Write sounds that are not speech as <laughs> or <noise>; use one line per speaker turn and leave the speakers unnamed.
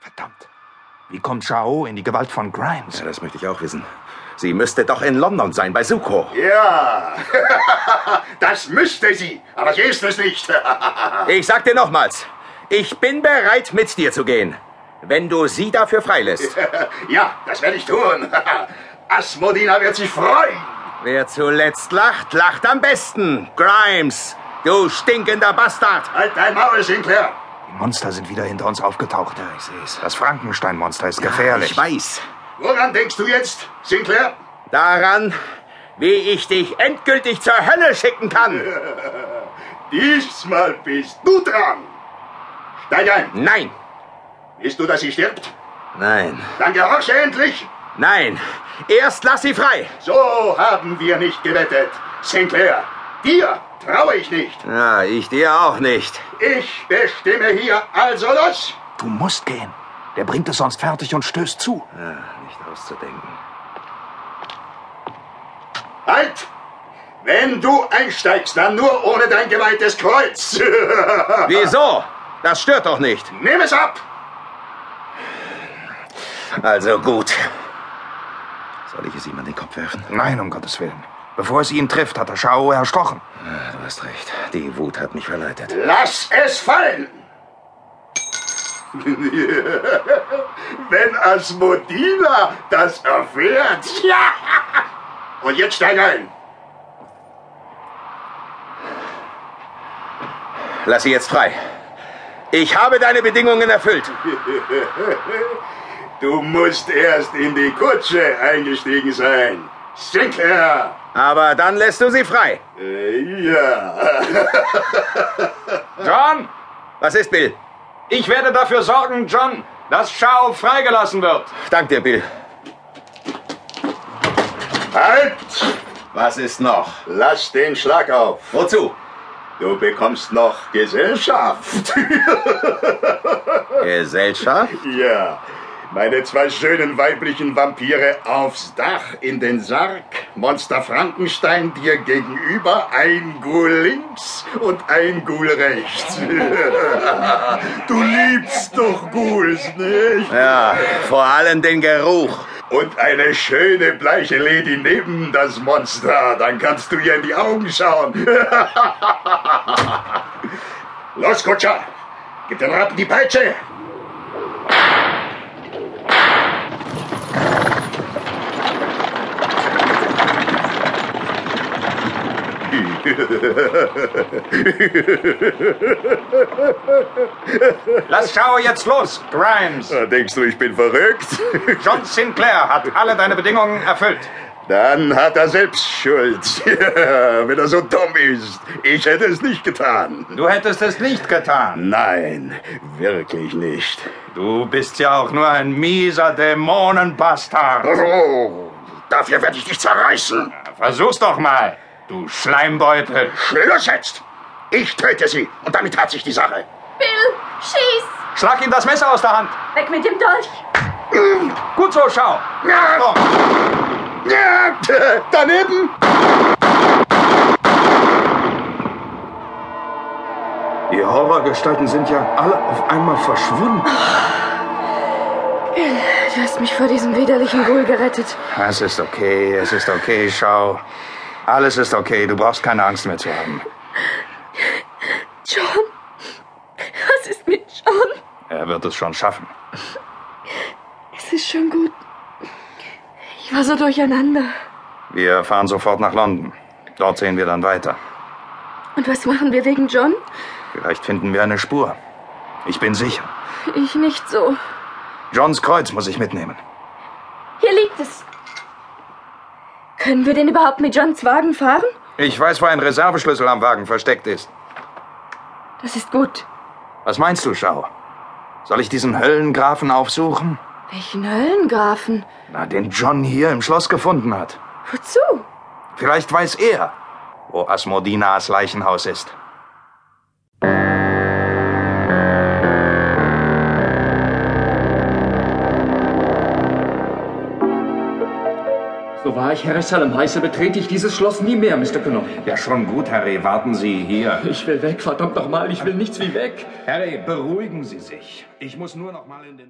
Verdammt. Wie kommt Chao in die Gewalt von Grimes?
Ja, das möchte ich auch wissen. Sie müsste doch in London sein, bei Suko.
Ja, <laughs> das müsste sie, aber sie ist es nicht. <laughs>
ich sag dir nochmals, ich bin bereit, mit dir zu gehen, wenn du sie dafür freilässt.
ja, das werde ich tun. <laughs> Asmodina wird sich freuen.
Wer zuletzt lacht, lacht am besten. Grimes, du stinkender Bastard.
Halt dein Maul, Sinclair.
Die Monster sind wieder hinter uns aufgetaucht. Ja, ich seh's. Das Frankenstein-Monster ist gefährlich.
Ja, Ah, ich weiß.
Woran denkst du jetzt, Sinclair?
Daran, wie ich dich endgültig zur Hölle schicken kann.
Diesmal bist du dran. Steig ein.
Nein.
Willst du, dass sie stirbt?
Nein.
Dann gehorche endlich.
Nein. Erst lass sie frei.
So haben wir nicht gewettet. Sinclair, dir traue ich nicht.
Ja, ich dir auch nicht.
Ich bestimme hier also los.
Du musst gehen. Der bringt es sonst fertig und stößt zu.
Ja, nicht auszudenken.
Halt! Wenn du einsteigst, dann nur ohne dein geweihtes Kreuz. <laughs>
Wieso? Das stört doch nicht.
Nimm es ab!
Also gut. Soll ich es ihm an den Kopf werfen?
Nein, um Gottes Willen. Bevor es ihn trifft, hat er Shao erstochen.
Ja, du hast recht. Die Wut hat mich verleitet.
Lass es fallen! <laughs> Wenn Asmodina das erfährt. Ja! <laughs> Und jetzt steig ein.
Lass sie jetzt frei. Ich habe deine Bedingungen erfüllt.
Du musst erst in die Kutsche eingestiegen sein. Sinclair!
Aber dann lässt du sie frei.
Äh, ja.
John!
Was ist, Bill?
Ich werde dafür sorgen, John, dass Shao freigelassen wird.
Dank dir, Bill.
Halt!
Was ist noch?
Lass den Schlag auf.
Wozu?
Du bekommst noch Gesellschaft.
Äh.
Gesellschaft?
Ja. Meine zwei schönen weiblichen Vampire aufs Dach, in den Sarg, Monster Frankenstein dir gegenüber, ein Ghoul links und ein Ghoul rechts. <laughs> du liebst doch Ghouls, nicht?
Ja, vor allem den Geruch.
Und eine schöne bleiche Lady neben das Monster, dann kannst du ihr in die Augen schauen. <laughs> Los, Kutscher, gib dem Ratten die Peitsche. <laughs>
Lass Schau jetzt los, Grimes.
Denkst du, ich bin verrückt? <laughs>
John Sinclair hat alle deine Bedingungen erfüllt.
Dann hat er selbst Schuld, <laughs> wenn er so dumm ist. Ich hätte es nicht getan.
Du hättest es nicht getan.
Nein, wirklich nicht.
Du bist ja auch nur ein mieser Dämonenbastard.
Oh, dafür werde ich dich zerreißen.
Versuch's doch mal. Du Schleimbeutel!
Schluss jetzt! Ich töte sie und damit hat sich die Sache.
Bill, schieß!
Schlag ihm das Messer aus der Hand!
Weg mit dem Dolch!
Gut so, schau!
Ja.
Doch.
Ja, daneben!
Die Horrorgestalten sind ja alle auf einmal verschwunden.
Bill, du hast mich vor diesem widerlichen Ghoul gerettet.
Es ist okay, es ist okay, Schau. Alles ist okay, du brauchst keine Angst mehr zu haben.
John? Was ist mit John?
Er wird es schon schaffen.
Es ist schon gut. Ich war so durcheinander.
Wir fahren sofort nach London. Dort sehen wir dann weiter.
Und was machen wir wegen John?
Vielleicht finden wir eine Spur. Ich bin sicher.
Ich nicht so.
Johns Kreuz muss ich mitnehmen.
Hier liegt es. Können wir denn überhaupt mit Johns Wagen fahren?
Ich weiß, wo ein Reserveschlüssel am Wagen versteckt ist.
Das ist gut.
Was meinst du, Schau? Soll ich diesen Höllengrafen aufsuchen?
Welchen Höllengrafen?
Na, den John hier im Schloss gefunden hat.
Wozu?
Vielleicht weiß er, wo Asmodinas Leichenhaus ist.
So wahr ich Herr Salem heiße, betrete ich dieses Schloss nie mehr, Mr. Kenobi.
Ja, schon gut, Harry. Warten Sie hier.
Ich will weg, verdammt nochmal, ich will nichts wie weg.
Harry, beruhigen Sie sich. Ich muss nur noch mal in den...